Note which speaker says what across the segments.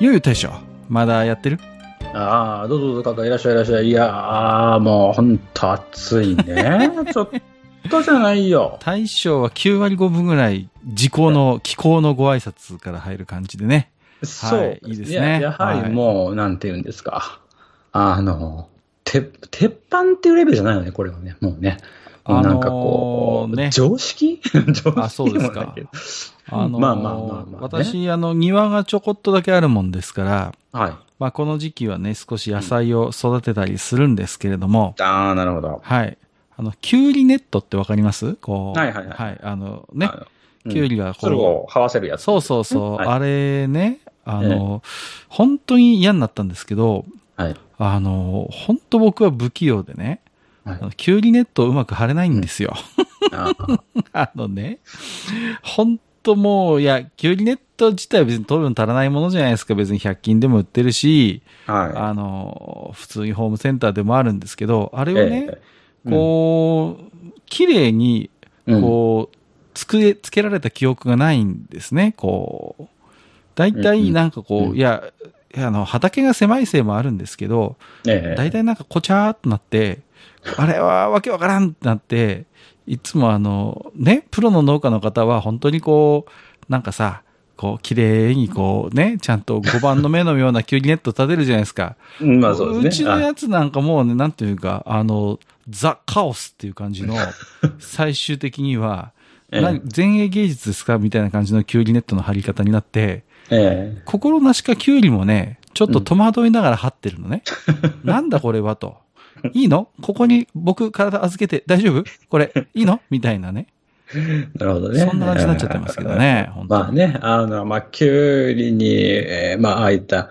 Speaker 1: ゆうゆう大将、まだやってる
Speaker 2: ああ、どうぞどうぞ、かかいらっしゃいいらっしゃい。いやー、もうほんと暑い ね。ちょっとじゃないよ。
Speaker 1: 大将は9割5分ぐらい、時効の、気候のご挨拶から入る感じでね。
Speaker 2: そう、
Speaker 1: いいですね
Speaker 2: ややは
Speaker 1: はい
Speaker 2: りもう、なんて言うんですか。あの、て、鉄板っていうレベルじゃないよね、これはね。もうね。もうなんかこ
Speaker 1: あのー
Speaker 2: う、
Speaker 1: ね
Speaker 2: 常識 常識
Speaker 1: あそうですか
Speaker 2: もないけど
Speaker 1: ー
Speaker 2: まあまあまあまあね
Speaker 1: 私、あの、庭がちょこっとだけあるもんですから、
Speaker 2: はい。
Speaker 1: まあこの時期はね、少し野菜を育てたりするんですけれども、
Speaker 2: ああ、なるほど。
Speaker 1: はい。あの、キュウリネットってわかりますこう。
Speaker 2: はいはいはい
Speaker 1: あのね
Speaker 2: あ、の。うん
Speaker 1: キュウリが
Speaker 2: それ
Speaker 1: こ
Speaker 2: を這わせるや
Speaker 1: う、
Speaker 2: つ。
Speaker 1: そうそうそう、
Speaker 2: はい
Speaker 1: あれね、あの、本当に嫌になったんですけど、
Speaker 2: はい。
Speaker 1: あの、本当僕は不器用でね、
Speaker 2: はい
Speaker 1: あのキュウリネットをうまく張れないんですよ。
Speaker 2: あー
Speaker 1: あのね、本当もう、いや、キュウリネット自体は別に糖分足らないものじゃないですか。別に100均でも売ってるし、
Speaker 2: は
Speaker 1: あの、普通にホームセンターでもあるんですけど、あれ
Speaker 2: い。
Speaker 1: をね、
Speaker 2: ええ
Speaker 1: こう、綺麗に、
Speaker 2: うん
Speaker 1: こう、つけ、つけられた記憶がないんですね、こう。大
Speaker 2: うん
Speaker 1: 体
Speaker 2: うん
Speaker 1: なんかこう、
Speaker 2: うん
Speaker 1: いや、いやあの、畑が狭いせいもあるんですけど、
Speaker 2: ええ
Speaker 1: 大体なんかこちゃーっとなって、あれはわけわからんってなって、いつもあの、ね、プロの農家の方は本当にこう、なんかさ、こう、綺麗にこうね、ちゃんと5番の目のようなキュウリネット立てるじゃないですか。
Speaker 2: うんまあそうです
Speaker 1: ち
Speaker 2: ね。
Speaker 1: の
Speaker 2: あ
Speaker 1: やつなんかもうね、なんていうか、あの、ザ・カオスっていう感じ の、最終的には、
Speaker 2: ええ
Speaker 1: 何前衛芸術ですかみたいな感じのキュウリネットの張り方になって、
Speaker 2: ええ
Speaker 1: 心なしかキュウリもね、ちょっと戸惑いながら張ってるのね。なんだこれはと。いいのここに僕体預けて大丈夫これ、いいのみたいなね。
Speaker 2: なるほどね。
Speaker 1: そんな感じになっちゃってますけどね。本当に
Speaker 2: まあね、あの、まあ、キュウリに、えーまあ、ああいった、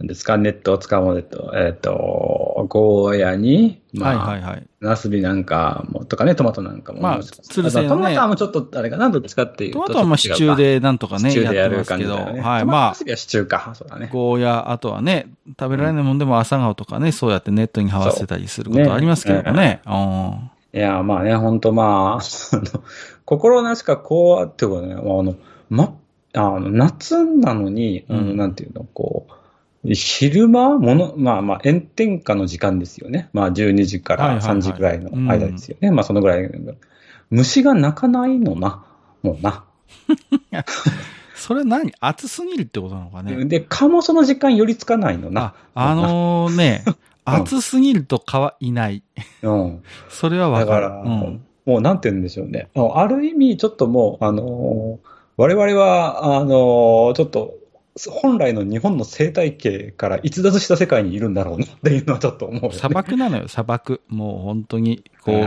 Speaker 2: なんですか、ネットを使うものでと、えっ、と、ゴーヤに、まあ、
Speaker 1: はいはいはい。
Speaker 2: ナスビなんかも、とかね、トマトなんかも。
Speaker 1: まあつるせんの
Speaker 2: ト
Speaker 1: ね
Speaker 2: マトはもうちょっと、あれかな、どっちかっていう
Speaker 1: ト
Speaker 2: と。
Speaker 1: マトはまあシチューでなんと
Speaker 2: ちょ
Speaker 1: か
Speaker 2: っと違うか、
Speaker 1: ね、
Speaker 2: シチューで
Speaker 1: や
Speaker 2: や
Speaker 1: ってま
Speaker 2: る
Speaker 1: す
Speaker 2: 感
Speaker 1: け
Speaker 2: じだ
Speaker 1: ど。
Speaker 2: よね。
Speaker 1: はい。
Speaker 2: トマト
Speaker 1: ま
Speaker 2: ナ
Speaker 1: あ
Speaker 2: ス、ビはシチューか、そうだね。
Speaker 1: ゴーヤ、あとはね、食べられないもんでも朝顔とかね、そうやってネットに這わせたりすることありますけどもね。うん
Speaker 2: いや、まあね、ほんとまあ、あの、心なしかこうあってことね、まあ、あの、ま、あの、夏なのに、あ
Speaker 1: う
Speaker 2: の
Speaker 1: ん
Speaker 2: なんていうの、こう、昼間、もの、まあまあ、炎天下の時間ですよね。まあ、12時か
Speaker 1: はいは
Speaker 2: ら
Speaker 1: いはい
Speaker 2: 3時ぐらいの間ですよね。まあ、そのぐらい。虫が鳴かないのな、もうな。
Speaker 1: それ何暑すぎるってことなのかね。
Speaker 2: で、蚊もその時間寄りつかないの
Speaker 1: あ
Speaker 2: な。、
Speaker 1: あのね、暑すぎると蚊はいない。
Speaker 2: うん。
Speaker 1: それはわ
Speaker 2: だ
Speaker 1: か
Speaker 2: か
Speaker 1: る。
Speaker 2: ら、
Speaker 1: うん。
Speaker 2: もうなんて言うんでしょうね。もうある意味、ちょっともう、あのー我々は、あのーちょっと、本来の日本の生態系から逸脱した世界にいるんだろうなっていうのはちょっと思うよね、
Speaker 1: 砂漠なの よ、砂漠。もう本当に、こ
Speaker 2: う
Speaker 1: う、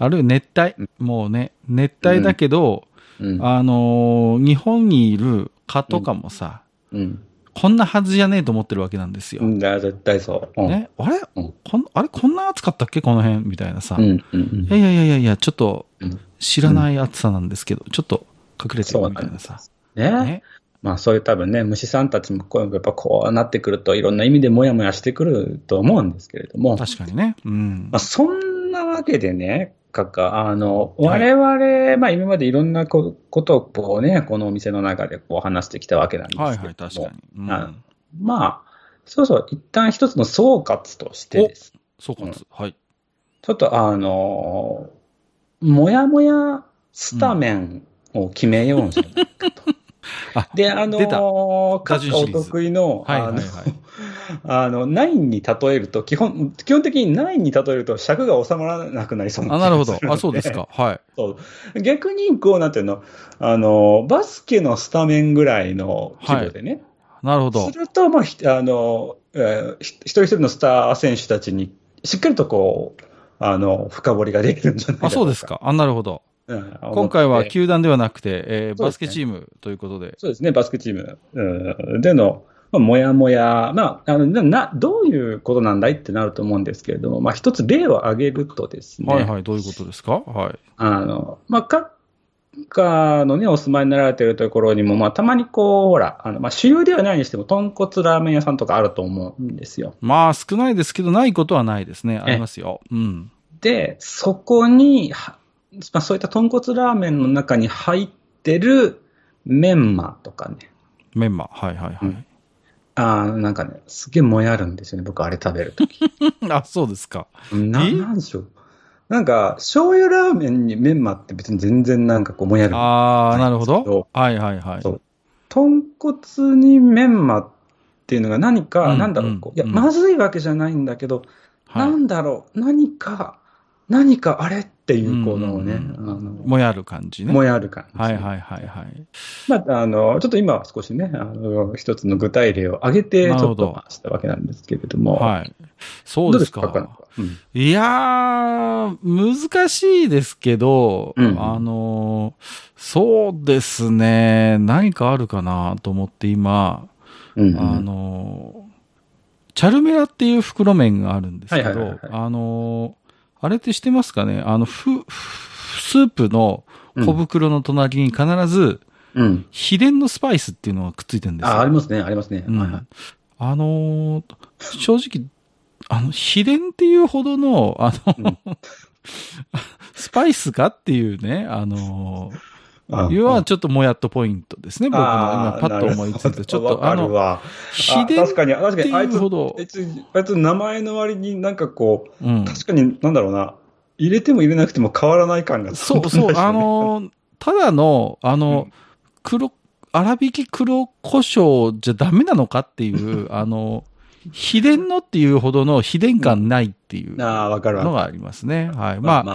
Speaker 1: あるいは熱帯。もうね、熱帯だけど、
Speaker 2: ん。
Speaker 1: あのー日本にいる蚊とかもさ、
Speaker 2: うん。
Speaker 1: こんなはずじゃねえと思ってるわけなんですよ。
Speaker 2: うん。だ絶対そう。うん。
Speaker 1: ね、あれ、
Speaker 2: うん
Speaker 1: こんあれこんな暑かったっけこの辺みたいなさ。
Speaker 2: う
Speaker 1: い
Speaker 2: ん。うん
Speaker 1: やいやいやいやいや、ちょっと
Speaker 2: うん
Speaker 1: 知らない暑さなんですけど、ちょっと隠れて
Speaker 2: そ
Speaker 1: る
Speaker 2: う
Speaker 1: み
Speaker 2: な
Speaker 1: たい
Speaker 2: ん
Speaker 1: な
Speaker 2: で
Speaker 1: さ。
Speaker 2: す。ね。
Speaker 1: ね。
Speaker 2: まあそういう多分ね、虫さんたちもこう、やっぱこうなってくるといろんな意味でもやもやしてくると思うんですけれども。
Speaker 1: 確かにね。うん
Speaker 2: まあ、。そんなわけでね、かか、あの、
Speaker 1: はい
Speaker 2: 我々、まあ今までいろんなこことをこうね、このお店の中でこう話してきたわけなんですけども、
Speaker 1: はいはい、確かに。うん
Speaker 2: あのまあ、そうそう、一旦一つの総括としてです。
Speaker 1: そうかもつ、はい。
Speaker 2: ちょっとあのーもやもやスタメンを決めようんじゃないかと。
Speaker 1: あ
Speaker 2: で、あの
Speaker 1: 出た
Speaker 2: ー、
Speaker 1: 打
Speaker 2: か
Speaker 1: 順
Speaker 2: つ
Speaker 1: シ
Speaker 2: お
Speaker 1: リーズ
Speaker 2: 得意の、
Speaker 1: はいはいはい
Speaker 2: あの、あの、ナインに例えると、基本、基本的にナインに例えると尺が収まらなくなりそう
Speaker 1: あ、なるほど。あ、そうです
Speaker 2: か
Speaker 1: か。はい。
Speaker 2: そう逆に、こう、なんていうの、あの、バスケのスタメンぐらいの規模でね、
Speaker 1: なるほど
Speaker 2: す。ると、まあ、ひあの、えーひ一人一人のスター選手たちに、しっかりとこう、あの、深掘りができるんじゃない
Speaker 1: あ、
Speaker 2: かと
Speaker 1: そうです。か。あ、なるほど。
Speaker 2: うん、
Speaker 1: 今回は球団ではなくて、えー
Speaker 2: そう
Speaker 1: バ
Speaker 2: ですね
Speaker 1: スケチームということで。
Speaker 2: そうですね、バスケチームうんでの、まあ、もやもや、まああのなな、どういうことなんだいってなると思うんですけれども、まあ、一つ例を挙げるとですね、
Speaker 1: はいはい、どういうことですかはい。
Speaker 2: あのまあ、各家の、ね、お住まいになられてるところにも、まあ、たまにこう、ほら、あのまあ、主流ではないにしても、豚骨ラーメン屋さんとかあると思うんですよ。
Speaker 1: まあ、少ないですけど、ないことはないですね。ありますよ。うん。
Speaker 2: で、そこに、はまあ、そういった豚骨ラーメンの中に入ってるメンマとかね、
Speaker 1: メンマ。はいはいは
Speaker 2: う
Speaker 1: い
Speaker 2: ん。あーなんかね、すげえもやるんですよね、僕、あれ食べると。
Speaker 1: あ、そうですか。
Speaker 2: な
Speaker 1: え
Speaker 2: なんでしょう。なんか、醤油ラーメンにメンマって別に全然なんかこう、もやる。
Speaker 1: ああ、
Speaker 2: はい
Speaker 1: なるほど
Speaker 2: そ。
Speaker 1: はいはいはい。
Speaker 2: そう豚骨にメンマっていうのが何か、
Speaker 1: うん
Speaker 2: なんだろう、こういや、
Speaker 1: うん
Speaker 2: まずいわけじゃないんだけど、
Speaker 1: はい
Speaker 2: なんだろう、何か、何かあれっていう、このね、
Speaker 1: うんうん
Speaker 2: あの、
Speaker 1: もやる感じね。
Speaker 2: もやる感じ、
Speaker 1: はいはいはいはい。
Speaker 2: まあ、あの、ちょっと今は少しね、あの、一つの具体例を挙げて、ち
Speaker 1: なる
Speaker 2: ょ
Speaker 1: ほ
Speaker 2: っ
Speaker 1: ど
Speaker 2: と話したわけなんですけれども、
Speaker 1: はい。そ
Speaker 2: ど
Speaker 1: う
Speaker 2: う
Speaker 1: で
Speaker 2: ですす
Speaker 1: か。
Speaker 2: か、かかうん
Speaker 1: いやー、難しいですけど、
Speaker 2: うん
Speaker 1: あのー、そうですね、何かあるかなと思って今、
Speaker 2: うん
Speaker 1: あのー、チャルメラっていう袋麺があるんですけ
Speaker 2: はいはいはい
Speaker 1: ど、
Speaker 2: はい
Speaker 1: あのー、あれって知ってますかねあの、ふ、ふスープの小袋の隣に必ず、
Speaker 2: うんうん
Speaker 1: 秘伝のスパイスっていうのがくっついてるんですよ
Speaker 2: あ、ありますね、ありますね。
Speaker 1: うん
Speaker 2: はいはい
Speaker 1: あのー正直、あの、秘伝っていうほどの、あの、スパイスかっていうね、あのー
Speaker 2: あ
Speaker 1: 要はちょっともやっとポイントですね、僕の今
Speaker 2: あー
Speaker 1: パッと思いついた。
Speaker 2: なるほど
Speaker 1: ちょっ
Speaker 2: わ
Speaker 1: と、
Speaker 2: か
Speaker 1: あ
Speaker 2: る
Speaker 1: の、
Speaker 2: わ
Speaker 1: 秘
Speaker 2: あ
Speaker 1: 伝っ
Speaker 2: 確かに、確
Speaker 1: て
Speaker 2: かに、あい
Speaker 1: いう
Speaker 2: つ
Speaker 1: ほ、ど
Speaker 2: あ、いつ、あいつ名前の割になんかこう、
Speaker 1: うん。
Speaker 2: 確かに、なんだろうな、入れても入れなくても変わらない感が。
Speaker 1: そう そう、あ、のー、ただの、あの、黒、粗挽き黒胡椒じゃダメなのかっていう、あの、秘伝のっていうほどの秘伝感ないっていうの
Speaker 2: ああ、わかるわ。
Speaker 1: がありますね。はい。まあ、
Speaker 2: まあまあまあ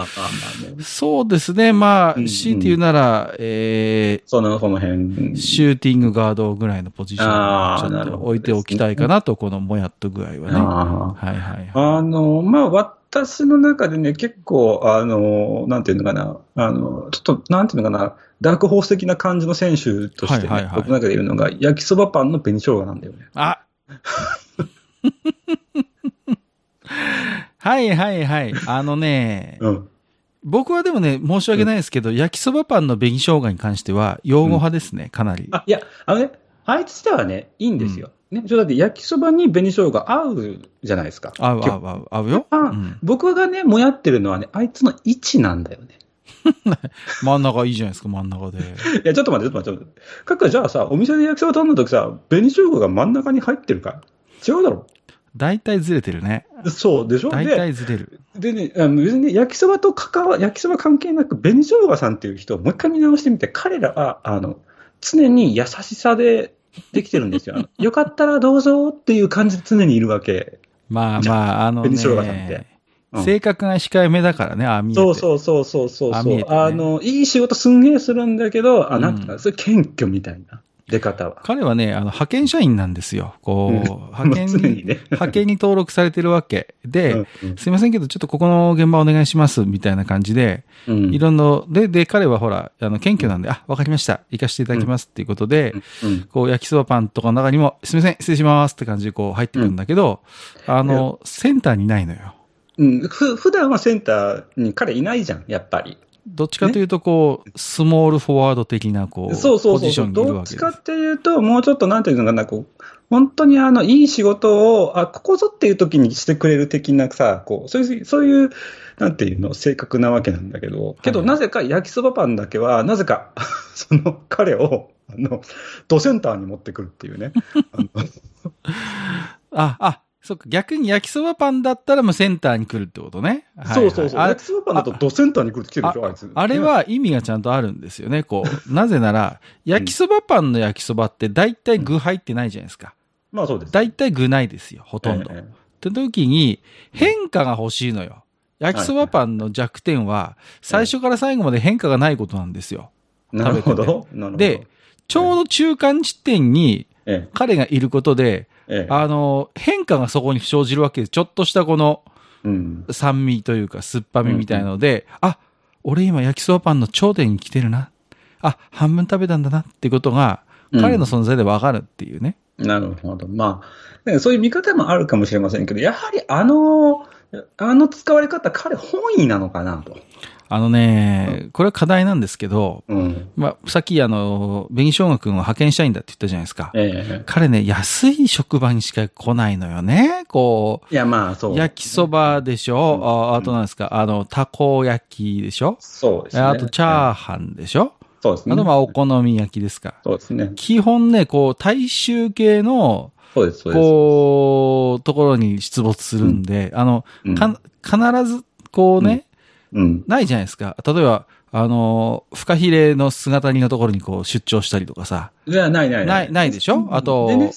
Speaker 2: ね。
Speaker 1: そうですね。まあ、
Speaker 2: うんうん
Speaker 1: 強いて言うなら、え
Speaker 2: その、その辺
Speaker 1: ー、。シューティングガードぐらいのポジション
Speaker 2: あ
Speaker 1: を
Speaker 2: ー
Speaker 1: ちょ
Speaker 2: な
Speaker 1: っ
Speaker 2: る
Speaker 1: と
Speaker 2: ほど
Speaker 1: 置いておきたいかなと、このもやっと具合はね。は
Speaker 2: あ
Speaker 1: いはい
Speaker 2: あ
Speaker 1: は
Speaker 2: あの、まあ、私の中でね、結構、あの、なんていうのかな、あの、ちょっと、なんていうのかな、ダークホース的な感じの選手としてね、
Speaker 1: はいはいはい
Speaker 2: 僕の中でいるのが、焼きそばパンの紅生姜なんだよね
Speaker 1: い。。あはいはいはい。あのね、
Speaker 2: うん。
Speaker 1: 僕はでもね、申し訳ないですけど、焼きそばパンの紅生姜に関しては、用語派ですね、かなり。
Speaker 2: あ、いや、あのね、あいつ自体はね、いいんですよ。ね、ちょだって焼きそばに紅生姜合うじゃないですか。
Speaker 1: 合う合う合う、合うよ。う
Speaker 2: あ
Speaker 1: ん、
Speaker 2: 僕がね、もやってるのはね、あいつの位置なんだよね。
Speaker 1: 真ん中いいじゃないですか、真ん中で。
Speaker 2: いや、ちょっと待って、ちょっと待って。かっか、じゃあさ、お店で焼きそば頼んだ時さ、紅生姜が真ん中に入ってるか違うだろ
Speaker 1: 大体ずれてるね。
Speaker 2: そうでしょ
Speaker 1: 大
Speaker 2: で
Speaker 1: 体ずれる。
Speaker 2: でね、あの別にね焼きそばと関わ、焼きそば関係なく、紅生姜さんっていう人をもう一回見直してみて、彼らは、あの、常に優しさでできてるんです よ。あのよかったらどうぞっていう感じで常にいるわけ。
Speaker 1: まあまあ、あの
Speaker 2: 紅生姜さんって
Speaker 1: ね、
Speaker 2: うん
Speaker 1: 性格が控えめだからね、ああ見えて。
Speaker 2: そうそうそうそうそう
Speaker 1: あ
Speaker 2: そう、
Speaker 1: 見えてね
Speaker 2: あの、いい仕事すんげえするんだけど、あ、なんていうか
Speaker 1: うん
Speaker 2: それ謙虚みたいな出方は。
Speaker 1: 彼はね、あの、派遣社員なんですよ。こう、 派遣
Speaker 2: 常
Speaker 1: に、
Speaker 2: にね。
Speaker 1: 派遣に登録されてるわけ。で、
Speaker 2: うんうん
Speaker 1: すいませんけど、ちょっとここの現場お願いします、みたいな感じで、
Speaker 2: うん
Speaker 1: いろんな、で、で、彼はほら、あの、謙虚なんで、あ、わかりました。行かせていただきます、っていうことで、
Speaker 2: うん
Speaker 1: こう、焼きそばパンとかの中にも、すいません、失礼しますって感じでこう入ってくるんだけど、あの、センターにないのよ。
Speaker 2: うん、ふ普段はセンターに彼いないじゃん、やっぱり。
Speaker 1: どっちかというと、こう、スモールフォワード的な、こう、
Speaker 2: そうそう
Speaker 1: ポジシ
Speaker 2: そ
Speaker 1: ョ
Speaker 2: う。
Speaker 1: ンにいる
Speaker 2: ど
Speaker 1: わ
Speaker 2: っ
Speaker 1: け
Speaker 2: ち
Speaker 1: です
Speaker 2: か。っていうと、もうちょっとなんていうのかな、こう、本当にあの、いい仕事を、あ、ここぞっていう時にしてくれる的なさ、こう、そういう、そういう、なんていうの、性格なわけなんだけど、けど、
Speaker 1: はい
Speaker 2: なぜか焼きそばパンだけは、なぜか、 その彼を、あの、ドセンターに持ってくるっていうね。あの
Speaker 1: あ、あ、そっか、逆に焼きそばパンだったらもうセンターに来るってことね。はいはい
Speaker 2: そうそうそう。
Speaker 1: あ
Speaker 2: 焼きそばパンだとドセンターに来るって来てるでしょ、あいつ。
Speaker 1: あれは意味がちゃんとあるんですよね。こ う、なぜなら、焼きそばパンの焼きそばって大体具入ってないじゃないですか。
Speaker 2: まあそうです。
Speaker 1: 大体具ないですよ、ほとんど。
Speaker 2: えええ
Speaker 1: っ
Speaker 2: え
Speaker 1: て時に、変化が欲しいのよ。焼きそばパンの弱点は、最初から最後まで変化がないことなんですよ。
Speaker 2: なるほ
Speaker 1: 食べ
Speaker 2: ど。なるほど。
Speaker 1: で、ちょうど中間地点に
Speaker 2: え
Speaker 1: 彼がいることで、
Speaker 2: え、ええ、
Speaker 1: あの、変化がそこに生じるわけです。ちょっとしたこの、
Speaker 2: うん。
Speaker 1: 酸味というか酸っぱみみたいので、あ、俺今焼きそばパンの頂点に来てるな。あ、半分食べたんだなっていうことが、彼の存在でわかるっていうね。
Speaker 2: なるほど。まあ、ねそういう見方もあるかもしれませんけど、やはりあの、あの使われ方、彼本意なのかなと。
Speaker 1: あのね、これは課題なんですけど、
Speaker 2: うん。
Speaker 1: まあ、さっきあの、紅生姜くんを派遣したいんだって言ったじゃないですか。
Speaker 2: ええ
Speaker 1: 彼ね、安い職場にしか来ないのよね。こ、
Speaker 2: いや、まあ、そうう。
Speaker 1: 焼きそばでしょ、
Speaker 2: うん
Speaker 1: ああとなんですか、あの、たこ焼きでしょ、
Speaker 2: そうですね。
Speaker 1: あとチ
Speaker 2: ー。
Speaker 1: ャーハンでしょ、
Speaker 2: そうですね。
Speaker 1: あとまあお好み焼きですか。
Speaker 2: そうですね。
Speaker 1: 基本ね、こう、大衆系の、
Speaker 2: そうです、そうです。
Speaker 1: こう、ところに出没するんで、あの、
Speaker 2: うん
Speaker 1: か、必ず、こうね、
Speaker 2: うん。
Speaker 1: ないじゃないですか。例えば、あの、フカヒレの姿煮のところにこう出張したりとかさ。
Speaker 2: いや、ないない
Speaker 1: ない、ないでしょあと
Speaker 2: で、ね、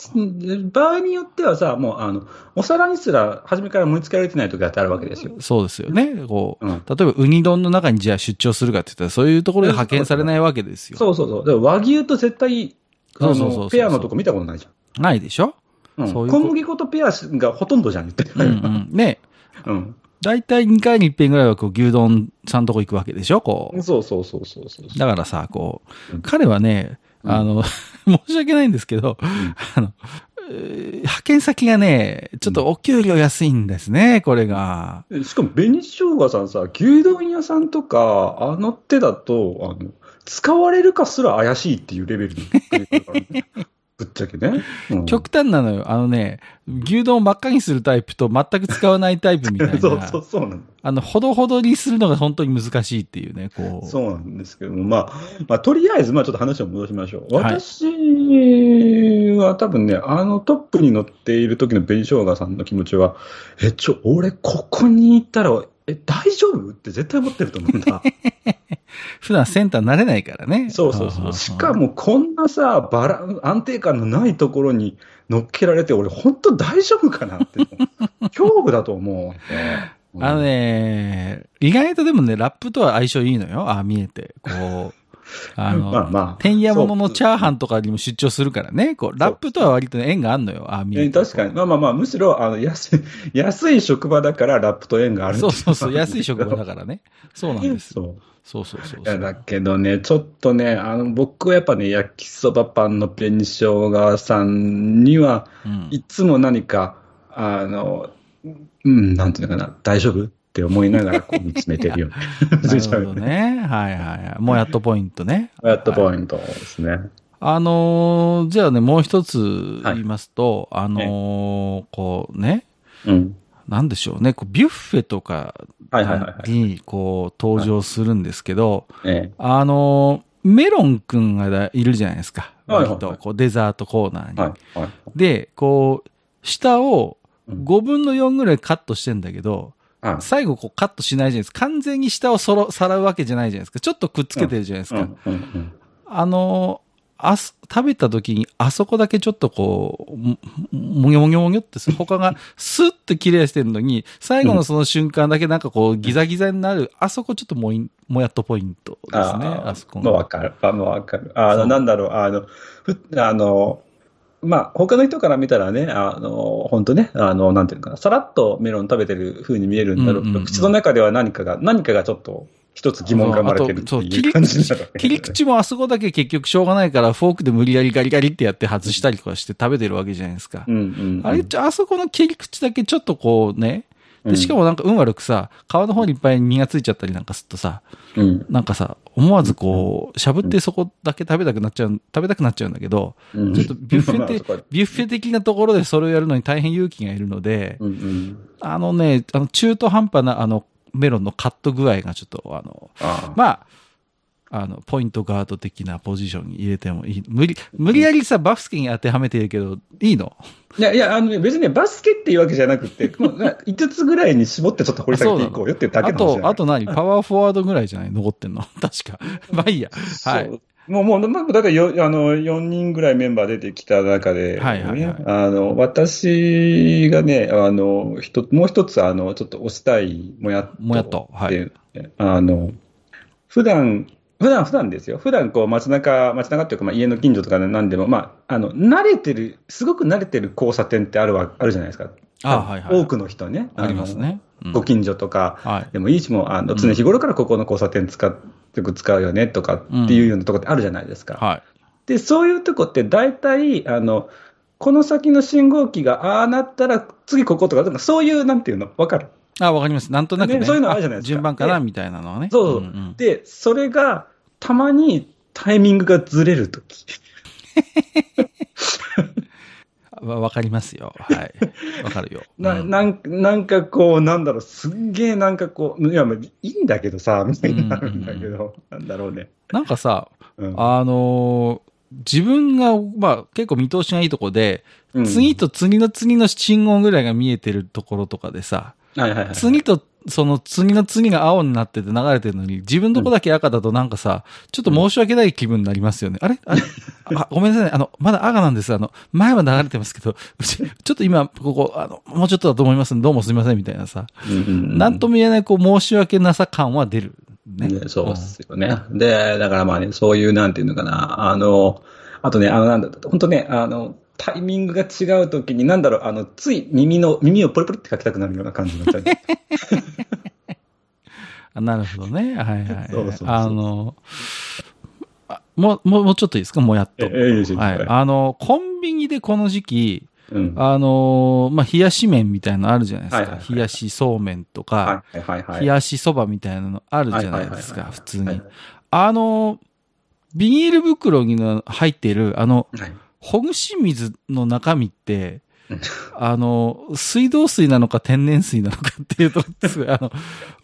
Speaker 2: 場合によってはさ、もう、あの、お皿にすら初めから盛り付けられてない時だってあるわけですよ。
Speaker 1: そうですよね。こう、
Speaker 2: うん
Speaker 1: 例えばウニ丼の中にじゃあ出張するかって言ったら、そういうところで派遣されないわけですよ。
Speaker 2: そうそうそう。だから和牛と絶対、あ
Speaker 1: そうそうそうそう
Speaker 2: の、ペアのとこ見たことないじ
Speaker 1: ないでしょ
Speaker 2: ゃん。うん
Speaker 1: そういうこ
Speaker 2: 小
Speaker 1: と
Speaker 2: 麦粉とペアがほとんどじゃん、言って。
Speaker 1: うんうん。ね
Speaker 2: うん。
Speaker 1: だいたい2回に1遍ぐらいはこう牛丼さんとこ行くわけでしょこう。
Speaker 2: そうそうそうそうそう。
Speaker 1: だからさ、こう
Speaker 2: う、ん
Speaker 1: 彼はね、
Speaker 2: うん
Speaker 1: あの、 申し訳ないんですけど、あの、えー派遣先がね、ちょっとお給料安いんですね、これが。
Speaker 2: しかも、紅生姜さんさ、牛丼屋さんとか、あの手だと、あの、使われるかすら怪しいっていうレベル のぶっちゃけね。うん
Speaker 1: 極端なのよ。あのね、牛丼ばっかりにするタイプと全く使わないタイプみたいな。
Speaker 2: そうそうそうなん
Speaker 1: あの、ほどほどにするのが本当に難しいっていうね、こう。
Speaker 2: そうなんですけども、まあ、まあ、とりあえず、まあ、ちょっと話を戻しましょう。
Speaker 1: はい
Speaker 2: 私は多分ね、あのトップに乗っている時の紅生姜さんの気持ちは、え、ちょ、俺、ここに行ったら、え、大丈夫って絶対思ってると思う んだ。
Speaker 1: 普段センター慣れないからね。
Speaker 2: そうそう
Speaker 1: は
Speaker 2: そ
Speaker 1: は
Speaker 2: う。しか。も、こんなさ、バラン、安定感のないところに乗っけられて、俺、本当大丈夫かなって。 恐怖だと思う。
Speaker 1: あのね、意外とでもね、ラップとは相性いいのよ。ああ、見えて。こう。あの、
Speaker 2: まあまあ
Speaker 1: 天野物のチャーハンとかにも出張するからね。こう、ラップとは割とね縁があんのよ。ああ、見え
Speaker 2: え
Speaker 1: て。
Speaker 2: 確かに。まあまあまあ、むしろ、あの、安い、 安い職場だからラップと縁がある
Speaker 1: そうそうそう。安い職場だ
Speaker 2: ら。
Speaker 1: からね。そうなんですよ。
Speaker 2: そう。
Speaker 1: そうそうそう
Speaker 2: い
Speaker 1: そ
Speaker 2: や、
Speaker 1: う。
Speaker 2: だけどね、ちょっとね、あの、僕はやっぱね、焼きそばパンの紅生姜さんには、
Speaker 1: うん
Speaker 2: いつも何か、あの、うん、なんていうのかな、大丈夫って思いながらこう見つめてるよね。
Speaker 1: なるほどね。はいはいはい。もうやっとポイントね。
Speaker 2: やっとポイントですね。
Speaker 1: あのーじゃあね、もう一つ言いますと、あのーこうね、
Speaker 2: うん。
Speaker 1: なんでしょうね、こうビュッフェとか
Speaker 2: はいはいはいはい
Speaker 1: にこう登場するんですけど、
Speaker 2: え
Speaker 1: あのーメロンくんがだいるじゃないですか。
Speaker 2: はいはい
Speaker 1: 割と、こうデザートコーナーに。
Speaker 2: え。はい。はい。
Speaker 1: で、こう、下を
Speaker 2: うん
Speaker 1: 5分の4ぐらいカットしてんだけど、
Speaker 2: あ
Speaker 1: 最後こうカットしないじゃないですか。完全に下をそろさらうわけじゃないじゃないですか。ちょっとくっつけてるじゃないです
Speaker 2: う
Speaker 1: か。
Speaker 2: んうんうん。
Speaker 1: あの、あす食べた時にあそこだけちょっとこう、ももぎょもぎょもぎょってする、他がスッと綺麗してるのに、最後のその瞬間だけなんかこうギザギザになる、あそこちょっともいんもやっとポイントですね、あそこ
Speaker 2: まあ
Speaker 1: が。
Speaker 2: わかる。まあまあわかる。あ
Speaker 1: そう
Speaker 2: の、なんだろう、あの、ふあの、まあ、他の人から見たらね、あの、本当ね、あの、なんていうのかな、さらっとメロン食べてる風に見えるんだろうけ
Speaker 1: うんうん
Speaker 2: ど、
Speaker 1: うん
Speaker 2: 口の中では何かが、何かがちょっと一つ疑問が生まれてる
Speaker 1: あ
Speaker 2: って
Speaker 1: とそう切
Speaker 2: い
Speaker 1: り
Speaker 2: う感じになるわ
Speaker 1: 切り口もあそこだけ結局しょうがないから、フォークで無理やりガリガリってやって外したりとかして食べてるわけじゃないですか
Speaker 2: う。んうん。
Speaker 1: あれ、ちょあそこの切り口だけちょっとこうね、
Speaker 2: う
Speaker 1: で
Speaker 2: ん
Speaker 1: しかもなんか運悪くさ、皮の方にいっぱい身がついちゃったりなんかするとさ、
Speaker 2: うん、
Speaker 1: なんかさ、思わずこう、しゃぶってそこだけ食べたくなっちゃう、食べたくなっちゃうんだけど、
Speaker 2: うん
Speaker 1: ちょっとビュッフェ
Speaker 2: まあそこは
Speaker 1: て、ビュッフェ的なところでそれをやるのに大変勇気がいるので、
Speaker 2: うんうん。
Speaker 1: あのね、あの中途半端なあのメロンのカット具合がちょっと、あの、
Speaker 2: ああ
Speaker 1: まあ、あの、ポイントガード的なポジションに入れてもいい。無理、無理やりさ、バフスケに当てはめてるけど、いいの
Speaker 2: いや、いや、あのね、別にね、バスケっていうわけじゃなくて、もうな5つぐらいに絞ってちょっと掘り下げていこうよっていうだけ
Speaker 1: あ
Speaker 2: の話
Speaker 1: と、
Speaker 2: だ
Speaker 1: あと何パワーフォワードぐらいじゃない残って んの確か。まあいいや。は
Speaker 2: そ。
Speaker 1: いう
Speaker 2: もう、もう、まあ、だからよ、あの、4人ぐらいメンバー出てきた中で、
Speaker 1: はいはいはい
Speaker 2: あの、私がね、あの、ひともう一つ、あの、ちょっと推したい、もやっと。
Speaker 1: もやっとはい
Speaker 2: てうねあの、普段、普段、普段ですよ。普段、こう、街中、街中っていうか、まあ、家の近所とかで何でも、まあ、あの、慣れてる、すごく慣れてる交差点ってあるわ、あるじゃないですか。
Speaker 1: あはいはい。
Speaker 2: 多くの人ね、
Speaker 1: ありますね。う
Speaker 2: あ
Speaker 1: ん
Speaker 2: の。ご近所とか、
Speaker 1: はい。
Speaker 2: でもいいしもうあの常日頃からここの交差点使っよく使うよねとかっていうようなとこってあるじゃないですか。
Speaker 1: はい。
Speaker 2: で、そういうとこって大体、あの、この先の信号機がああなったら次こことか、なんかそういう、なんていうの、わかる
Speaker 1: あ、わかります。なんとなくね。
Speaker 2: ねそういうのあるじゃないですか
Speaker 1: 順番かな、みたいなのはね。
Speaker 2: そうそう
Speaker 1: うんうん
Speaker 2: で、それが、たまにタイミングがずれるとき。
Speaker 1: わわかりますよ。はい。わかるよ。
Speaker 2: な
Speaker 1: うん
Speaker 2: なんなんかこう、なんだろう、すんげえなんかこう、いや、まあいいんだけどさ、みたいになるんだけど、なんだろうね。
Speaker 1: なんかさ、
Speaker 2: うん
Speaker 1: あのー自分が、まあ、結構見通しがいいとこで、
Speaker 2: うん
Speaker 1: 次と次の次の信号ぐらいが見えてるところとかでさ、
Speaker 2: はいはいはい。
Speaker 1: 次とその次の次が青になってて流れてるのに、自分のとこだけ赤だとなんかさ、ちょっと申し訳ない気分になりますよね。あれ あれあごめんなさいね。あの、まだ赤なんです。あの、前は流れてますけど、 うちちょっと今、ここ、あの、もうちょっとだと思いますんで、どうもすみません、みたいなさ。
Speaker 2: な
Speaker 1: なんとも言えない、こう、申し訳なさ感は出る。ね。
Speaker 2: ね、そう
Speaker 1: うん
Speaker 2: っすよね。で、だからまあね、そういう、なんていうのかな、あの、あとね、あの、なんだ、本当ね、あの、タイミングが違うときに、なんだろう、あの、つい耳の、耳をポリポリってかきたくなるような感じになっちゃ う。
Speaker 1: あなるほどね。はいはい。
Speaker 2: そうそうそう
Speaker 1: あの、あもう、もう、もうちょっといいですかもうやっと。
Speaker 2: ええいいですよ
Speaker 1: はい。あの、コンビニでこの時期、
Speaker 2: うん。は
Speaker 1: あの、まあ、冷やし麺みたいなのあるじゃないですか。
Speaker 2: はいはいはい
Speaker 1: 冷やしそうめんとか、
Speaker 2: いはいはいはい。
Speaker 1: 冷やしそばみたいなのあるじゃないですか、
Speaker 2: はいはいはいはい
Speaker 1: 普通に。
Speaker 2: はい
Speaker 1: あの、ビニール袋にの入ってる、あの、
Speaker 2: はい
Speaker 1: ほぐし水の中身って
Speaker 2: うん、
Speaker 1: あの、水道水なのか天然水なのかっていう と、すごい、あの、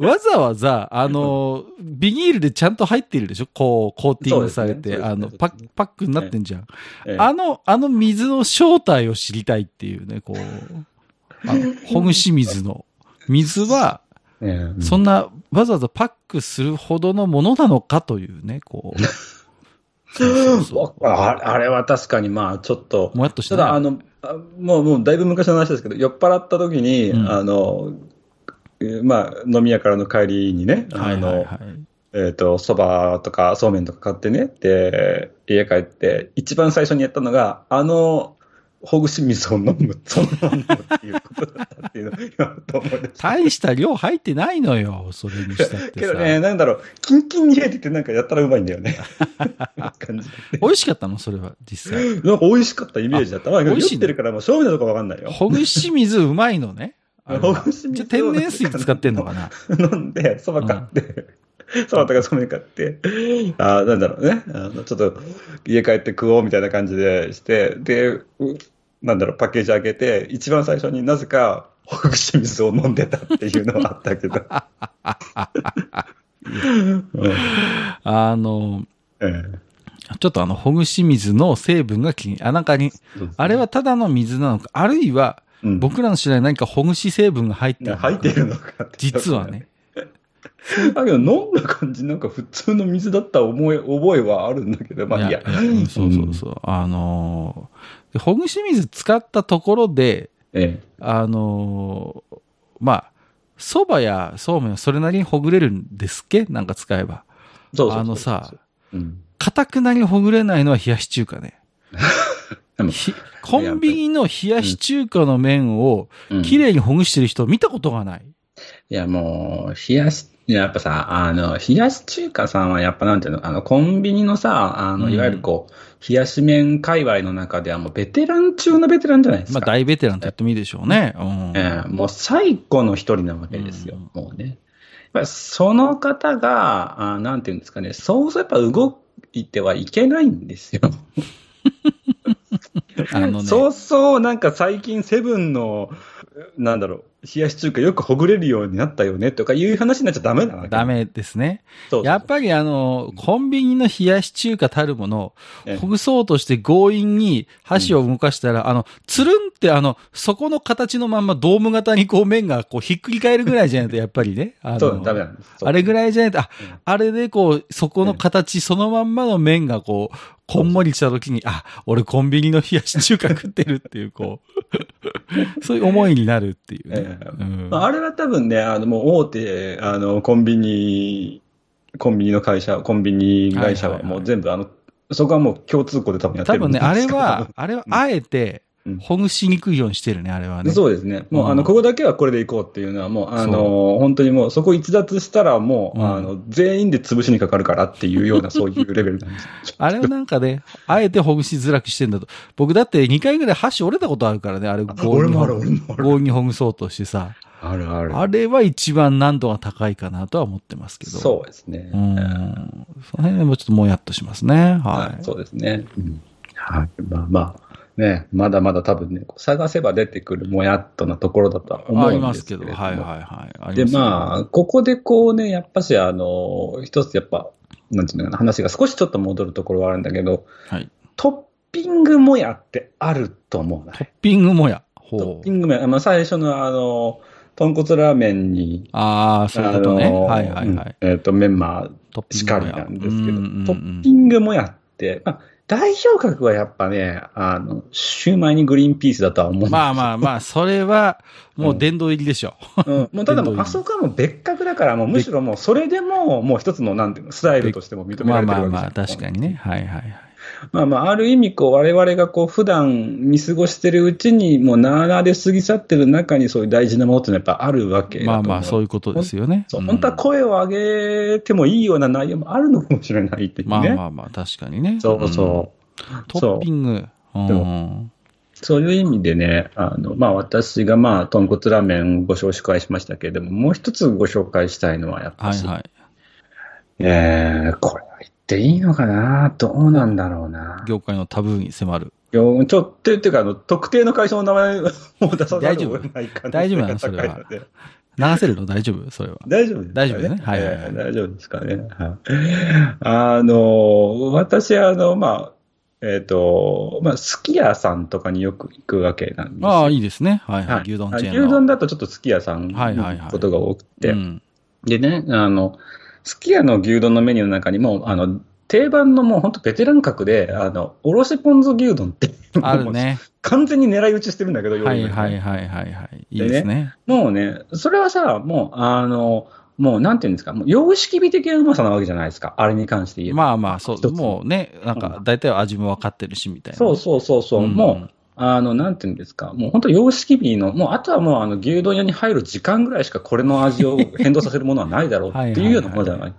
Speaker 1: わざわざ、あの、ビニールでちゃんと入ってるでしょこう、コーティングされ
Speaker 2: そうで
Speaker 1: て、
Speaker 2: すね
Speaker 1: あの、
Speaker 2: そうですね
Speaker 1: パック、パックになってんじゃん。
Speaker 2: ええ
Speaker 1: あの、あの水の正体を知りたいっていうね、こう、あの、ほぐし水の。水は、
Speaker 2: ええうん
Speaker 1: そんな、わざわざパックするほどのものなのかというね、こ う。そうそうそ
Speaker 2: ああれは確かに、まあ、ちょっと
Speaker 1: う。、もやっとしたた
Speaker 2: だ、あの、あもう、もう、だいぶ昔の話ですけど、酔っ払った時に、
Speaker 1: うん
Speaker 2: あの、えーまあ、飲み屋からの帰りにね、
Speaker 1: はい
Speaker 2: あ
Speaker 1: はい
Speaker 2: の、
Speaker 1: はい。
Speaker 2: えっ、と、そばとかそうめんとか買ってね、で、家帰って、一番最初にやったのが、あの、ほぐし水を飲む、その飲むっていうことだったっていうのを今ふと思い出した。
Speaker 1: 大した量入ってないの よ、それにしたって
Speaker 2: け
Speaker 1: さ。
Speaker 2: どね、なんだろう、キンキンに冷えててなんかやったらうまいん だよね。なんか感じ
Speaker 1: 美味しかったのそれは、実際。
Speaker 2: なんか美味しかったイメージだった。まあ、
Speaker 1: 美
Speaker 2: 酔
Speaker 1: 味しい
Speaker 2: っ
Speaker 1: ね
Speaker 2: てるから、もう正味のとこわかんないよ。
Speaker 1: ほぐし水うまいのね。あれは
Speaker 2: ほぐし水
Speaker 1: じゃあ天然水使ってんのかな
Speaker 2: 飲んで、そば買って、そばとかそうめん買って、あーなんだろうね、あのちょっと家帰って食おうみたいな感じでして、で、うなんだろう、パッケージ開けて、一番最初になぜか、ほぐし水を飲んでたっていうのはあった けど。うん
Speaker 1: あの、
Speaker 2: え
Speaker 1: ちょっとあの、ほぐし水の成分が気に、あ、なんかに、
Speaker 2: え
Speaker 1: あれはただの水なのか、あるいは、
Speaker 2: うん
Speaker 1: 僕らの知らない何かほぐし成分が入ってるのか。
Speaker 2: 入ってるのかって
Speaker 1: 実は。ね。
Speaker 2: だけど飲んだ感じ、なんか普通の水だった思い覚えはあるんだけど、まあいいや。
Speaker 1: うんそうそうそう。あのー、でほぐし水使ったところで、
Speaker 2: え
Speaker 1: あのーまあ、蕎麦やそうめんはそれなりにほぐれるんですっけなんか使えば。
Speaker 2: えそうそうそうそう
Speaker 1: あのさ、
Speaker 2: うん
Speaker 1: かたくなにほぐれないのは冷やし中華ね。
Speaker 2: でも
Speaker 1: ひコンビニの冷やし中華の麺を
Speaker 2: うん
Speaker 1: きれいにほぐしてる人見たことがない。
Speaker 2: いや、もう、冷やし、いややっぱさ、あの、冷やし中華さんはやっぱなんていうの、あの、コンビニのさ、あ
Speaker 1: う
Speaker 2: の、
Speaker 1: ん
Speaker 2: いわゆるこう、冷やし麺界隈の中ではもうベテラン中のベテランじゃないです
Speaker 1: まあ
Speaker 2: か。
Speaker 1: 大ベテランと言ってもいいでしょうね。うん。
Speaker 2: ええもう最古の一人なわけですよ、もうね。やっぱりその方が、あなんていうんですかね、そうそうやっぱ動いてはいけないんですよ。
Speaker 1: あのね。
Speaker 2: そうそう、なんか最近セブンの、なんだろう、冷やし中華よくほぐれるようになったよねとかいう話になっちゃダメなわけ。
Speaker 1: ダ。メですね。
Speaker 2: そうそう
Speaker 1: やっぱりあの、コンビニの冷やし中華たるもの
Speaker 2: ええ、
Speaker 1: ほぐそうとして強引に箸を動かしたら、あの、つるんってあの、そこの形のまんまドーム型にこう麺がこうひっくり返るぐらいじ ゃないと、やっぱりね。あの
Speaker 2: そう、ダメなんです。そう
Speaker 1: あれぐらいじゃないと、あ
Speaker 2: うん、
Speaker 1: あれでこう、そこの形そのまんまの麺がこう、こんもりした時に、あ、俺コンビニの冷やし中華食ってるっていう、こう、 そういう思いになるっていうね
Speaker 2: え。え
Speaker 1: うん
Speaker 2: まああれは多分ね、あのもう大手あのコンビニ、コンビニの会社、コンビニ会社は
Speaker 1: はいはいはい
Speaker 2: もう全部、あのそこはもう共通項で多分やって
Speaker 1: 多
Speaker 2: る
Speaker 1: 分
Speaker 2: んで
Speaker 1: ね、
Speaker 2: す
Speaker 1: あれ
Speaker 2: けど
Speaker 1: は、あれはあえて、
Speaker 2: ううん
Speaker 1: ほぐしにくいようにしてるね、あれはね。
Speaker 2: そうですね。もう、
Speaker 1: うん
Speaker 2: あの、ここだけはこれでいこうっていうのは、もう、あの、本当にもう、そこ逸脱したら、もう、
Speaker 1: うん
Speaker 2: あの、全員で潰しにかかるからっていうような、そういうレベルなんです。
Speaker 1: あれをなんかね、あえてほぐしづらくしてんだと。僕だって2回ぐらい箸折れたことあるからね、 あれ強引に。
Speaker 2: 俺も
Speaker 1: 強引にほぐそうとしてさ。
Speaker 2: あるある。
Speaker 1: あれは一番難度が高いかなとは思ってますけど。
Speaker 2: そうですね。
Speaker 1: うん。その辺もちょっともやっとしますね。は
Speaker 2: はい
Speaker 1: い。
Speaker 2: そうですね。うんはい。まあまあ、ね、まだまだ多分ね、こう探せば出てくるもやっとなところだとは思
Speaker 1: あ
Speaker 2: う
Speaker 1: り
Speaker 2: ん
Speaker 1: ま
Speaker 2: ですす
Speaker 1: け
Speaker 2: けれ
Speaker 1: ど。
Speaker 2: ども。
Speaker 1: はいはいはい。あり
Speaker 2: で、
Speaker 1: ます
Speaker 2: まあ、ここでこうね、やっぱし、あの、一つやっぱ、なんていうのかな、話が少しちょっと戻るところはあるんだけど、
Speaker 1: はい。
Speaker 2: トッピングもやってあると思うな。
Speaker 1: トッピングもや。
Speaker 2: トッ
Speaker 1: ほ
Speaker 2: ピ
Speaker 1: う。
Speaker 2: ングもや、まあ、最初のあの、豚骨ラーメンに、
Speaker 1: ああ、そういうことね。
Speaker 2: あの
Speaker 1: はいはいはい。
Speaker 2: うんえっ、と、メンマー
Speaker 1: トッピ
Speaker 2: し
Speaker 1: ング
Speaker 2: か
Speaker 1: も
Speaker 2: り
Speaker 1: や。
Speaker 2: なんですけど、
Speaker 1: うんうんうん
Speaker 2: トッピングもやって、まあ、代表格はやっぱね、あの、シューマイにグリーンピースだとは思う。
Speaker 1: まあまあまあ、それは、もう殿堂入りでしょ。
Speaker 2: うん、もうただ
Speaker 1: 殿堂
Speaker 2: も
Speaker 1: 入
Speaker 2: う、
Speaker 1: り
Speaker 2: あそこはもう別格だから、もうむしろもう、それでも、もう一つの、なんていうの、スタイルとしても認め
Speaker 1: まあ
Speaker 2: られてる
Speaker 1: ま
Speaker 2: わけ
Speaker 1: あ
Speaker 2: じゃん
Speaker 1: まあ、確かにね。はいはいはい。
Speaker 2: まあまあ、ある意味、こう、我々がこう、普段見過ごしてるうちに、もう、なあなあで過ぎ去ってる中に、そういう大事なものっていうのはやっぱあるわけだと
Speaker 1: ま
Speaker 2: 思
Speaker 1: あま
Speaker 2: う。
Speaker 1: あ、そういうことですよね。
Speaker 2: そう
Speaker 1: うん
Speaker 2: 本当は声を上げてもいいような内容もあるのかもしれないっていうね。
Speaker 1: まあまあまあ、確かにね。
Speaker 2: そうそう。
Speaker 1: うん。トッピング。うん
Speaker 2: でそういう意味でね、あの、まあ私がまあ、豚骨ラーメンご紹介しましたけれども、もう一つご紹介したいのは、やっぱ
Speaker 1: はい
Speaker 2: し、
Speaker 1: はい。
Speaker 2: えー、これは言っていいのかなどうなんだろうな。
Speaker 1: 業界のタブーに迫る。
Speaker 2: よちょっと、っていうか、あの、特定の会社の名前を出さざるを得ないか
Speaker 1: 大丈夫大丈夫なの
Speaker 2: で。
Speaker 1: 流せるの大丈夫それは。
Speaker 2: 大丈夫ですか、
Speaker 1: 大丈夫ねはいはいはい
Speaker 2: えー大丈夫ですかね。はい。あの、私、あの、まあ、えっ、と、まあ、すき家さんとかによく行くわけなんですよ
Speaker 1: ああ、いいですね。はいはい。
Speaker 2: はい
Speaker 1: 牛丼
Speaker 2: あ
Speaker 1: チェーンの。
Speaker 2: 牛丼だとちょっとすき家さん
Speaker 1: はいはいはい
Speaker 2: のことが多くて、
Speaker 1: うん
Speaker 2: でね、あの、すき家の牛丼のメニューの中にも、あの、定番のもう本当ベテラン格で、あの、おろしポン酢牛丼って、
Speaker 1: ある ね。
Speaker 2: 完全に狙い撃ちしてるんだけど、要
Speaker 1: は
Speaker 2: 領
Speaker 1: い
Speaker 2: に
Speaker 1: はいはいはいはい。いいですね。
Speaker 2: もうね、それはさ、もう、あの、もうなんていうんですか、もう様式美的なうまさなわけじゃないですか、あれに関して言えば。
Speaker 1: まあまあ、そ
Speaker 2: 一
Speaker 1: う。
Speaker 2: つ
Speaker 1: もうね、なんか、大体味も分かってるし、みたいな。
Speaker 2: そうそうそうそう、
Speaker 1: ん
Speaker 2: もう、あの、なんていうんですか、もう本当様式美の、もうあとはもうあの牛丼屋に入る時間ぐらいしかこれの味を変動させるものはないだろう
Speaker 1: はいはいはい
Speaker 2: っていうようなものじゃない。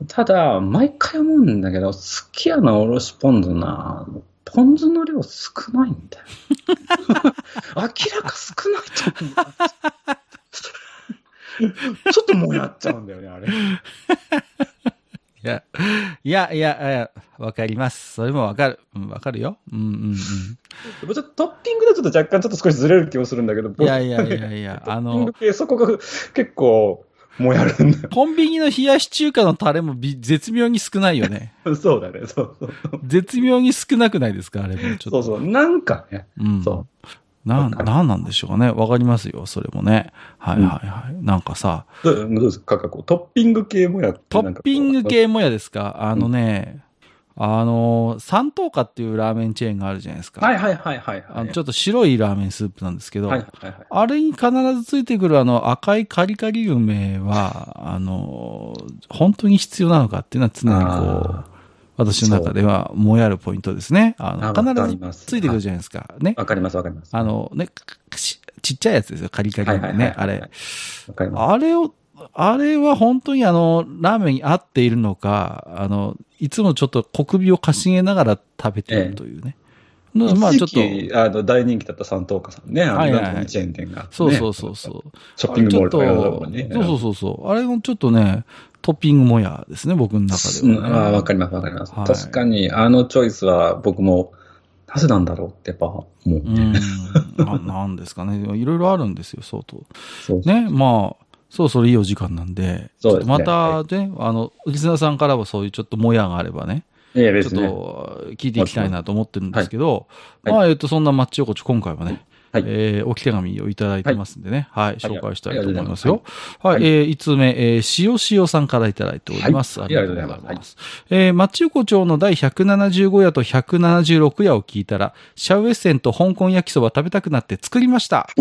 Speaker 1: うん。
Speaker 2: ただ、毎回思うんだけど、すき家のおろしポン酢な、ポン酢の量少ないんだよ。明らか少ないと思う。ちょっともやっちゃうんだよね、あれ。
Speaker 1: いや、いや、いや、いやわかります。それもわかる。うん、わかるよ。うんうんうん。
Speaker 2: ちょっとトッピングだとちょっと若干ちょっと少しずれる気もするんだけど、
Speaker 1: いやいやいやいや、あ
Speaker 2: トッピン
Speaker 1: の
Speaker 2: グ、系、そこが結構、もやるんだよ
Speaker 1: コンビニの冷やし中華のタレもび絶妙に少ないよ ね。
Speaker 2: そうだね、そうそう。
Speaker 1: 絶妙に少なくないですかあれも。ちょっ
Speaker 2: そ
Speaker 1: と。
Speaker 2: うそう、なんかね、
Speaker 1: うん。
Speaker 2: そ
Speaker 1: な、
Speaker 2: わかる
Speaker 1: なんなんでしょうかね。わかりますよ、それもね。はいはいはい。なんかさ、
Speaker 2: う、どうどうですか、こうトッピング系もやって、
Speaker 1: ト
Speaker 2: なんかこ
Speaker 1: ッ
Speaker 2: う
Speaker 1: ピング系もやですかあのね、あの、三等価っていうラーメンチェーンがあるじゃないですか。
Speaker 2: はいはいはいはいはい。
Speaker 1: あのちょっと白いラーメンスープなんですけど、
Speaker 2: はいはいはい。
Speaker 1: あれに必ずついてくるあの赤いカリカリ梅は、あの、本当に必要なのかっていうのは常にこう
Speaker 2: あ、
Speaker 1: 私の中ではもやるポイントですね。あの
Speaker 2: あわか
Speaker 1: 必
Speaker 2: ります
Speaker 1: ずついてくるじゃないですか。ね。
Speaker 2: わかりますわかります。
Speaker 1: あのね、かかしちっちゃいやつですよ。カリカリ
Speaker 2: はい
Speaker 1: 梅
Speaker 2: はい
Speaker 1: ね。
Speaker 2: は
Speaker 1: あ
Speaker 2: いはい
Speaker 1: れ。
Speaker 2: わかります。
Speaker 1: あれを、あれは本当にあの、ラーメンに合っているのか、あの、いつもちょっと小首をかしげながら食べてるというね。のまあちょっと、
Speaker 2: 一時期あの、大人気だった三等家さんね、あの、
Speaker 1: はいはい
Speaker 2: なんかチェーン店があってね。
Speaker 1: そうそうそうそう。
Speaker 2: ショッピングモールとかやるとこね。
Speaker 1: そうそうそうそう。あれもちょっとね、トッピングもやですね、僕の中で
Speaker 2: うんあ
Speaker 1: は、
Speaker 2: あ、
Speaker 1: ね。
Speaker 2: わかりますわかります。
Speaker 1: はい
Speaker 2: 確かに、あのチョイスは僕も、なぜなんだろうってやっぱ、もう
Speaker 1: う
Speaker 2: ね。
Speaker 1: ん。あなんですかね。いろいろあるんですよ、相当。
Speaker 2: そう
Speaker 1: ね、まあ、そろそろいいお時間なんで、
Speaker 2: そうですね
Speaker 1: ちょっとまたね、あの、リスナーさんからはそういうちょっともやがあればね、
Speaker 2: いやで
Speaker 1: ちょっ
Speaker 2: すね。
Speaker 1: と聞いていきたいなと思ってるんですけど、
Speaker 2: はい
Speaker 1: まあ、えっと、そんなマッチ横丁、今回はね、
Speaker 2: はい
Speaker 1: えー置き手紙をいただいてますんでね、はい、紹介したいと思いますよ。は
Speaker 2: が
Speaker 1: い、
Speaker 2: とうございます
Speaker 1: えー、5つ目、えー、塩塩さんからいただいております。
Speaker 2: はい
Speaker 1: ありがとうございます。えー、マッチ横丁の第175夜と176夜を聞いたら、シャウエッセンと香港焼きそば食べたくなって作りました。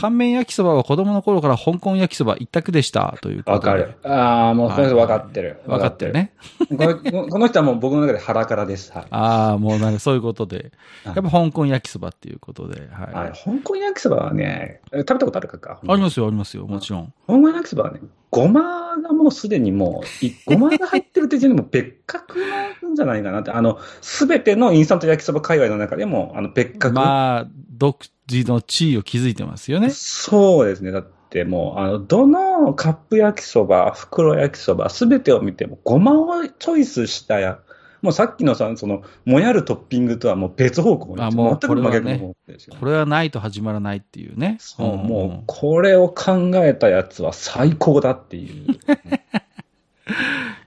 Speaker 1: 乾麺焼きそばは子供の頃から香港焼きそば一択でした。ということ
Speaker 2: わ
Speaker 1: で。
Speaker 2: かる。。ああ、もうこの人分かってる。
Speaker 1: わかってるね。
Speaker 2: 分かってる。このこの人はもう僕の中で腹からです。はい。
Speaker 1: ああ、もうなんかそういうことで。や
Speaker 2: は
Speaker 1: っぱ
Speaker 2: い
Speaker 1: 香港焼きそばっていうことで。はい。
Speaker 2: はい、香港焼きそばはね、え食べたことあるかか。
Speaker 1: ありますよ、ありますよ、もちろん。
Speaker 2: 香港焼きそばはね、ごまがもうすでにも うい、ごまが入ってるって時点でもう別格なんじゃないかなって、あの、すべてのインスタント焼きそば界隈の中でも、あの、別格。
Speaker 1: まあ、独自の地位を築いてますよね。
Speaker 2: そうですね。だってもう、あの、どのカップ焼きそば、袋焼きそば、すべてを見ても、ごまをチョイスしたや、もうさっきのさ、その、もやるトッピングとはもう別方向に。
Speaker 1: あもう
Speaker 2: 全く真逆
Speaker 1: これはね
Speaker 2: の方向ですよね
Speaker 1: これはないと始まらないっていうね。
Speaker 2: そう、
Speaker 1: ん
Speaker 2: もう、これを考えたやつは最高だっ ていう。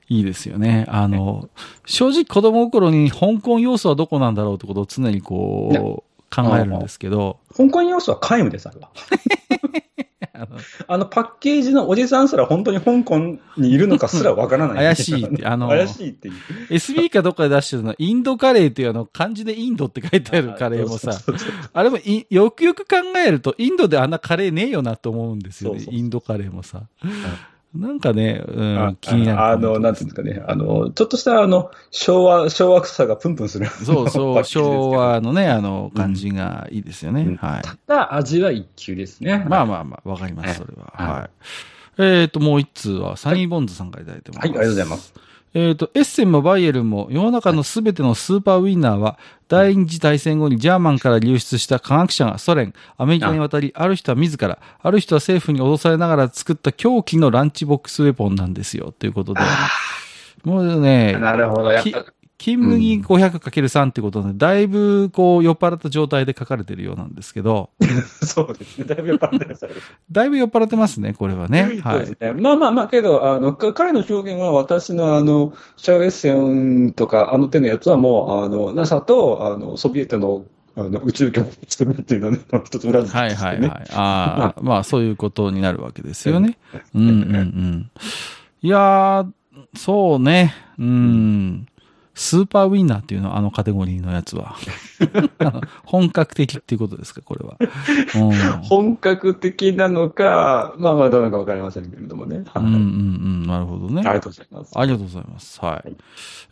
Speaker 1: いいですよね。あの、正直子供心に香港要素はどこなんだろうってことを常に
Speaker 2: ね
Speaker 1: こう、考えるんですけど、
Speaker 2: 香港要素は皆無です、あれは。
Speaker 1: あの
Speaker 2: あのパッケージのおじさんすら本当に香港にいるのかすらわからない。
Speaker 1: 怪しいってあの
Speaker 2: 怪しいっていう。
Speaker 1: SB かどっかで出してるのは、インドカレーっていうあの、漢字でインドって書いてあるカレーもさ、
Speaker 2: そうそうそう
Speaker 1: あれもいよくよく考えると、インドであんなカレーねえよなと思うんですよね。
Speaker 2: そうそうそう
Speaker 1: インドカレーもさ。なんかね、うん
Speaker 2: あ
Speaker 1: 気になるポイ
Speaker 2: あ
Speaker 1: ン
Speaker 2: の、
Speaker 1: ト
Speaker 2: なん
Speaker 1: で
Speaker 2: てい
Speaker 1: す
Speaker 2: うん
Speaker 1: ね
Speaker 2: ですかね、あの、ちょっとしたあの、昭和、昭和臭さがプンプンする。
Speaker 1: そうそ
Speaker 2: パッケージ
Speaker 1: う、
Speaker 2: ですけど
Speaker 1: 昭。和のね、あの、感じがいいですよね。
Speaker 2: うん
Speaker 1: はい。
Speaker 2: ただ、味は一級ですね。
Speaker 1: まあ
Speaker 2: あ。
Speaker 1: まあまあ、わかります、それは。
Speaker 2: はい
Speaker 1: はい。えっ、と、もう一通は、サニーボンズさんからいただいてます。
Speaker 2: はい、ありがとうございます。
Speaker 1: えっ、と、エッセンもバイエルンも、世の中のすべてのスーパーウィンナーは、第二次大戦後にジャーマンから流出した科学者がソ連、アメリカに渡り、ある人は自ら、ある人は政府に脅されながら作った狂気のランチボックスウェポンなんですよ、ということで。もうね、
Speaker 2: なるほど。やっ
Speaker 1: き
Speaker 2: ぱ
Speaker 1: 金麦 500×3 ってことで、だいぶこう酔っ払った状態で書かれてるようなんですけど、
Speaker 2: そうですね。だいぶ酔っ払ってらっしゃる。
Speaker 1: だいぶ酔っ払ってますね、これはね。
Speaker 2: そう
Speaker 1: は
Speaker 2: で
Speaker 1: い
Speaker 2: す。ね。まあまあまあ、けど、あの、か彼の表現は私のあの、シャウエッセンとか、あの手のやつはもう、あの、NASA と、あの、ソビエトの、あの、宇宙局を作るっていうのはね、 一つ裏付け
Speaker 1: はい
Speaker 2: です
Speaker 1: はい
Speaker 2: ね。
Speaker 1: はい。ああ、まあそういうことになるわけですよね。うんうんうん。いやー、そうね。うん。スーパーウィンナーっていうのは、あのカテゴリーのやつ は。あの本格的っていうことですか、これは。うん
Speaker 2: 本格的なのか、まあまあ、どうなのかわかりませんけれどもね。はい。
Speaker 1: うんうんうん。なるほどね。
Speaker 2: ありがとうございます。
Speaker 1: ありがとうございます。はい。
Speaker 2: はい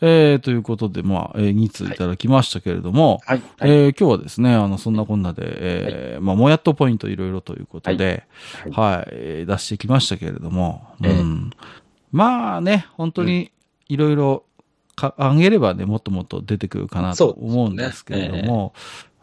Speaker 1: えー、ということで、まあ、えー、2通いただきましたけれども、
Speaker 2: はい。
Speaker 1: えー今日はですね、あの、そんなこんなで、えーまあ、もやっとポイントいろいろということで、はい、えー出してきましたけれども、うん。
Speaker 2: ええ
Speaker 1: まあね、本当にいろいろか、あげればね、もっともっと出てくるかなと
Speaker 2: そうですね
Speaker 1: 思うんですけれども、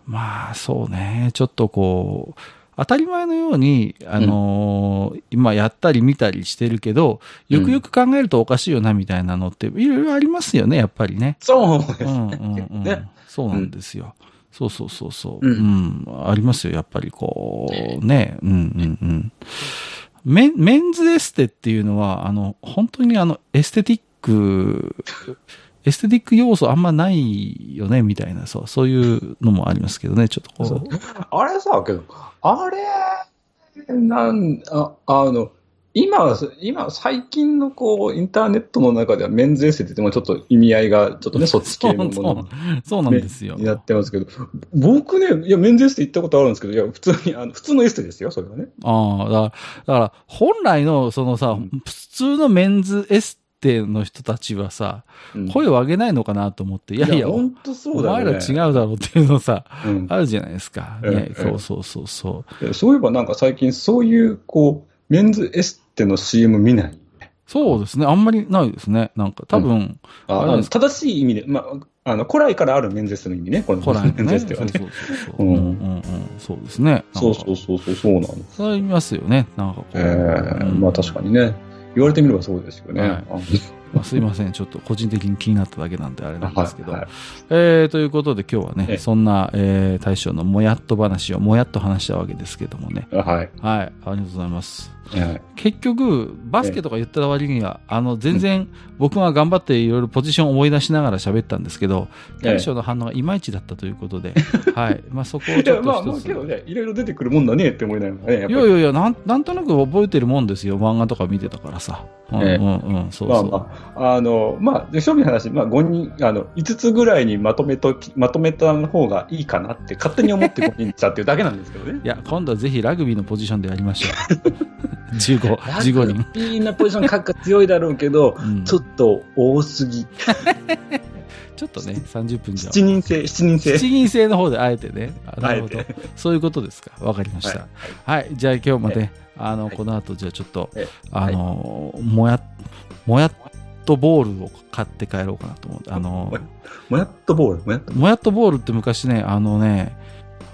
Speaker 1: まあ、そうね、ちょっとこう、当たり前のように、あのー今やったり見たりしてるけど、よくよく考えるとおかしいよな、みたいなのって、いろいろありますよね、やっぱりね。
Speaker 2: そうです
Speaker 1: うん
Speaker 2: ね。
Speaker 1: うんうん
Speaker 2: ね
Speaker 1: そうなんですよ。そうそうそうそう、う。
Speaker 2: うん
Speaker 1: ありますよ、やっぱりこう、ね。うんうんうん。メンメンズエステっていうのは、あの、本当にあの、エステティック、エステティック要素あんまないよね、みたいな、そう、そういうのもありますけどね、ちょっとこ
Speaker 2: そう
Speaker 1: う。
Speaker 2: あれさ、けど、あれ、なん、ああの、今、今、最近のこう、インターネットの中ではメンズエステって言ってもちょっと意味合いが、ちょっとね、そっち
Speaker 1: そ
Speaker 2: 系
Speaker 1: う
Speaker 2: のも
Speaker 1: そ
Speaker 2: の
Speaker 1: うそうなんですよ。
Speaker 2: になってますけど、僕ね、いや、メンズエステ行ったことあるんですけど、いや、普通に、あの普通のエステですよ、それはね。
Speaker 1: ああ、だから、だから本来の、そのさ、
Speaker 2: ん
Speaker 1: 普通のメンズエステの人たちはさ、
Speaker 2: うん
Speaker 1: 声を上げないのかなと思って、いやいや、
Speaker 2: ほんとそう
Speaker 1: お
Speaker 2: だ
Speaker 1: 前
Speaker 2: よ
Speaker 1: ら
Speaker 2: ね。
Speaker 1: 違うだろうっていうのさ、
Speaker 2: うん
Speaker 1: あるじゃないですか。ね
Speaker 2: え、え
Speaker 1: そうそうそうそう。
Speaker 2: いやそういえばなんか最近、そういう、こう、メンズエステの CM 見ない。
Speaker 1: そうですね。あんまりないですね。なんか多分、
Speaker 2: あ
Speaker 1: あれ
Speaker 2: あの正しい意味で、まあ、あの古来からあるメンゼスの意味ね、この
Speaker 1: ホラー
Speaker 2: メン
Speaker 1: のね。
Speaker 2: ゼ
Speaker 1: そ
Speaker 2: ス
Speaker 1: う
Speaker 2: テ
Speaker 1: そう
Speaker 2: はね。
Speaker 1: そうそう。う
Speaker 2: うんん
Speaker 1: うんうん。そうですね。
Speaker 2: そう
Speaker 1: う。
Speaker 2: そうそうそう、そうなの。
Speaker 1: それありますよね。なんかこう。
Speaker 2: ええ
Speaker 1: うん
Speaker 2: まあ確かにね、言われてみればそうですよね。
Speaker 1: はいまあすいません。ちょっと個人的に気になっただけなんであれ
Speaker 2: あ
Speaker 1: なんですけど
Speaker 2: はい。
Speaker 1: えーということで今日はね、
Speaker 2: ええ
Speaker 1: そんな、えー大将のもやっと話をもやっと話したわけですけどもね。
Speaker 2: はい。
Speaker 1: はい。ありがとうございます。
Speaker 2: はい
Speaker 1: 結局、バスケとか言った割には、あの、全然、僕が頑張っていろいろポジションを思い出しながら喋ったんですけど、
Speaker 2: ええ
Speaker 1: 大将の反応がいまいちだったということ で、はい。まあ、そこを
Speaker 2: い
Speaker 1: ちょ
Speaker 2: や
Speaker 1: っ
Speaker 2: まあ、
Speaker 1: と
Speaker 2: も
Speaker 1: 一
Speaker 2: う
Speaker 1: つ。
Speaker 2: けどね、いろいろ出てくるもんだねって思いながらね、やっ
Speaker 1: い
Speaker 2: ぱ
Speaker 1: や
Speaker 2: り
Speaker 1: いやいやなん、なんとなく覚えてるもんですよ。漫画とか見てたからさ。うん、
Speaker 2: ええ
Speaker 1: うん、うん、そう
Speaker 2: まあ
Speaker 1: そう。
Speaker 2: まあの、まあ、で正味の話、まあ、5人、あの、5つぐらいにまとめとき、まとめた方がいいかなって勝手に思って5人にしたっていうだけなんですけど
Speaker 1: 。
Speaker 2: ね
Speaker 1: いや、今度はぜひラグビーのポジションでやりましょう。15、15人。
Speaker 2: 人。みんなポジション格が強いだろうけど、
Speaker 1: うん
Speaker 2: ちょっと多すぎ。
Speaker 1: ちょっとね、30分じゃ。
Speaker 2: 7人制、7人制。
Speaker 1: 七人制の方であえてね。あなるほど
Speaker 2: あえ。
Speaker 1: そういうことですか。わかりました。はい、じゃあ今日もね、あの、
Speaker 2: はい
Speaker 1: この後じゃあちょっと
Speaker 2: え、
Speaker 1: あの、もや、もやっとボールを買って帰ろうかなと思って。あ の、
Speaker 2: もやっとボール、もやっと。
Speaker 1: もやっとボールって昔ね、あのね、